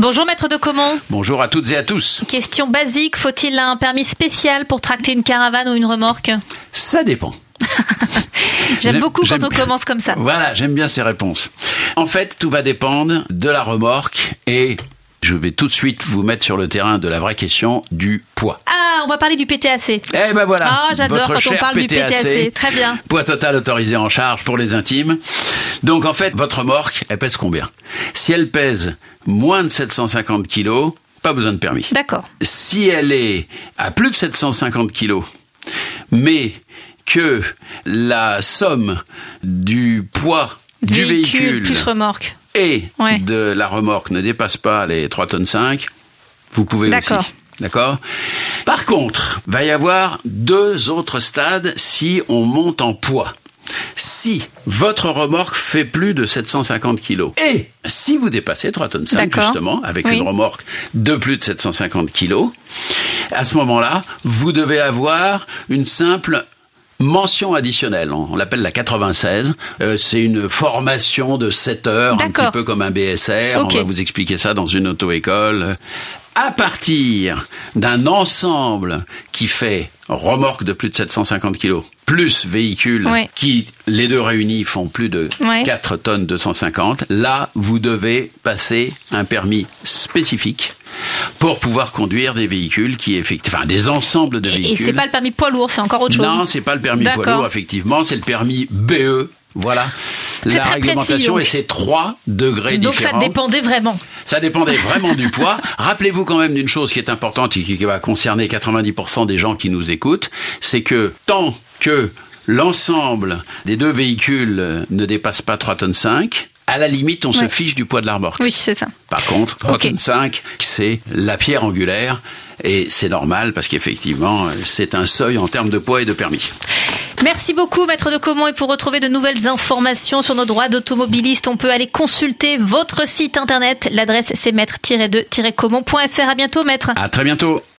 Bonjour maître de Comont. Bonjour à toutes et à tous. Question basique, faut-il un permis spécial pour tracter une caravane ou une remorque Ça dépend. J'aime beaucoup quand on commence comme ça. Voilà, j'aime bien ces réponses. En fait, tout va dépendre de la remorque et je vais tout de suite vous mettre sur le terrain de la vraie question du poids. Ah, on va parler du PTAC. Eh ben voilà. Ah, j'adore votre quand on cher parle du PTAC. Très bien. Poids total autorisé en charge pour les intimes. Donc en fait, votre remorque, elle pèse combien Si elle pèse moins de 750 kilos, pas besoin de permis. D'accord. Si elle est à plus de 750 kilos, mais que la somme du poids du véhicule plus remorque. et Ouais. de la remorque ne dépasse pas les 3 tonnes 5, vous pouvez D'accord. aussi. D'accord Par contre, va y avoir deux autres stades si on monte en poids. Si votre remorque fait plus de 750 kilos et si vous dépassez 3 tonnes 5 D'accord. justement avec Oui. une remorque de plus de 750 kilos, à ce moment-là, vous devez avoir une simple mention additionnelle. On on l'appelle la 96. Euh, c'est une formation de 7 heures, un D'accord. petit peu comme un BSR. Ok. On va vous expliquer ça dans une auto-école. À partir d'un ensemble qui fait remorque de plus de 750 kilos, plus véhicules Ouais. qui, les deux réunis, font plus de Ouais. 4 tonnes 250, là, vous devez passer un permis spécifique pour pouvoir conduire des véhicules qui effectivement, enfin des ensembles de Et véhicules. c'est pas le permis poids lourd, c'est encore autre chose. Non, c'est pas le permis poids D'accord. lourd, effectivement, c'est le permis BE. Voilà. C'est La très précis, réglementation donc. et c'est 3 degrés Donc ça différents. dépendait vraiment. Ça dépendait vraiment du poids. Rappelez-vous quand même d'une chose qui est importante et qui qui va concerner 90% des gens qui nous écoutent, c'est que tant que l'ensemble des deux véhicules euh, ne dépasse pas 3 tonnes 5, à la limite, on se Ouais. fiche du poids de la remorque. Oui, c'est ça. Par contre, Ok. 35, c'est la pierre angulaire et c'est normal parce qu'effectivement, euh, c'est un seuil en termes de poids et de permis. Merci beaucoup, Maître de Comont. Et pour retrouver de nouvelles informations sur nos droits d'automobiliste, on peut aller consulter votre site internet. L'adresse, c'est maître-2-comont.fr. À bientôt, Maître. À très bientôt.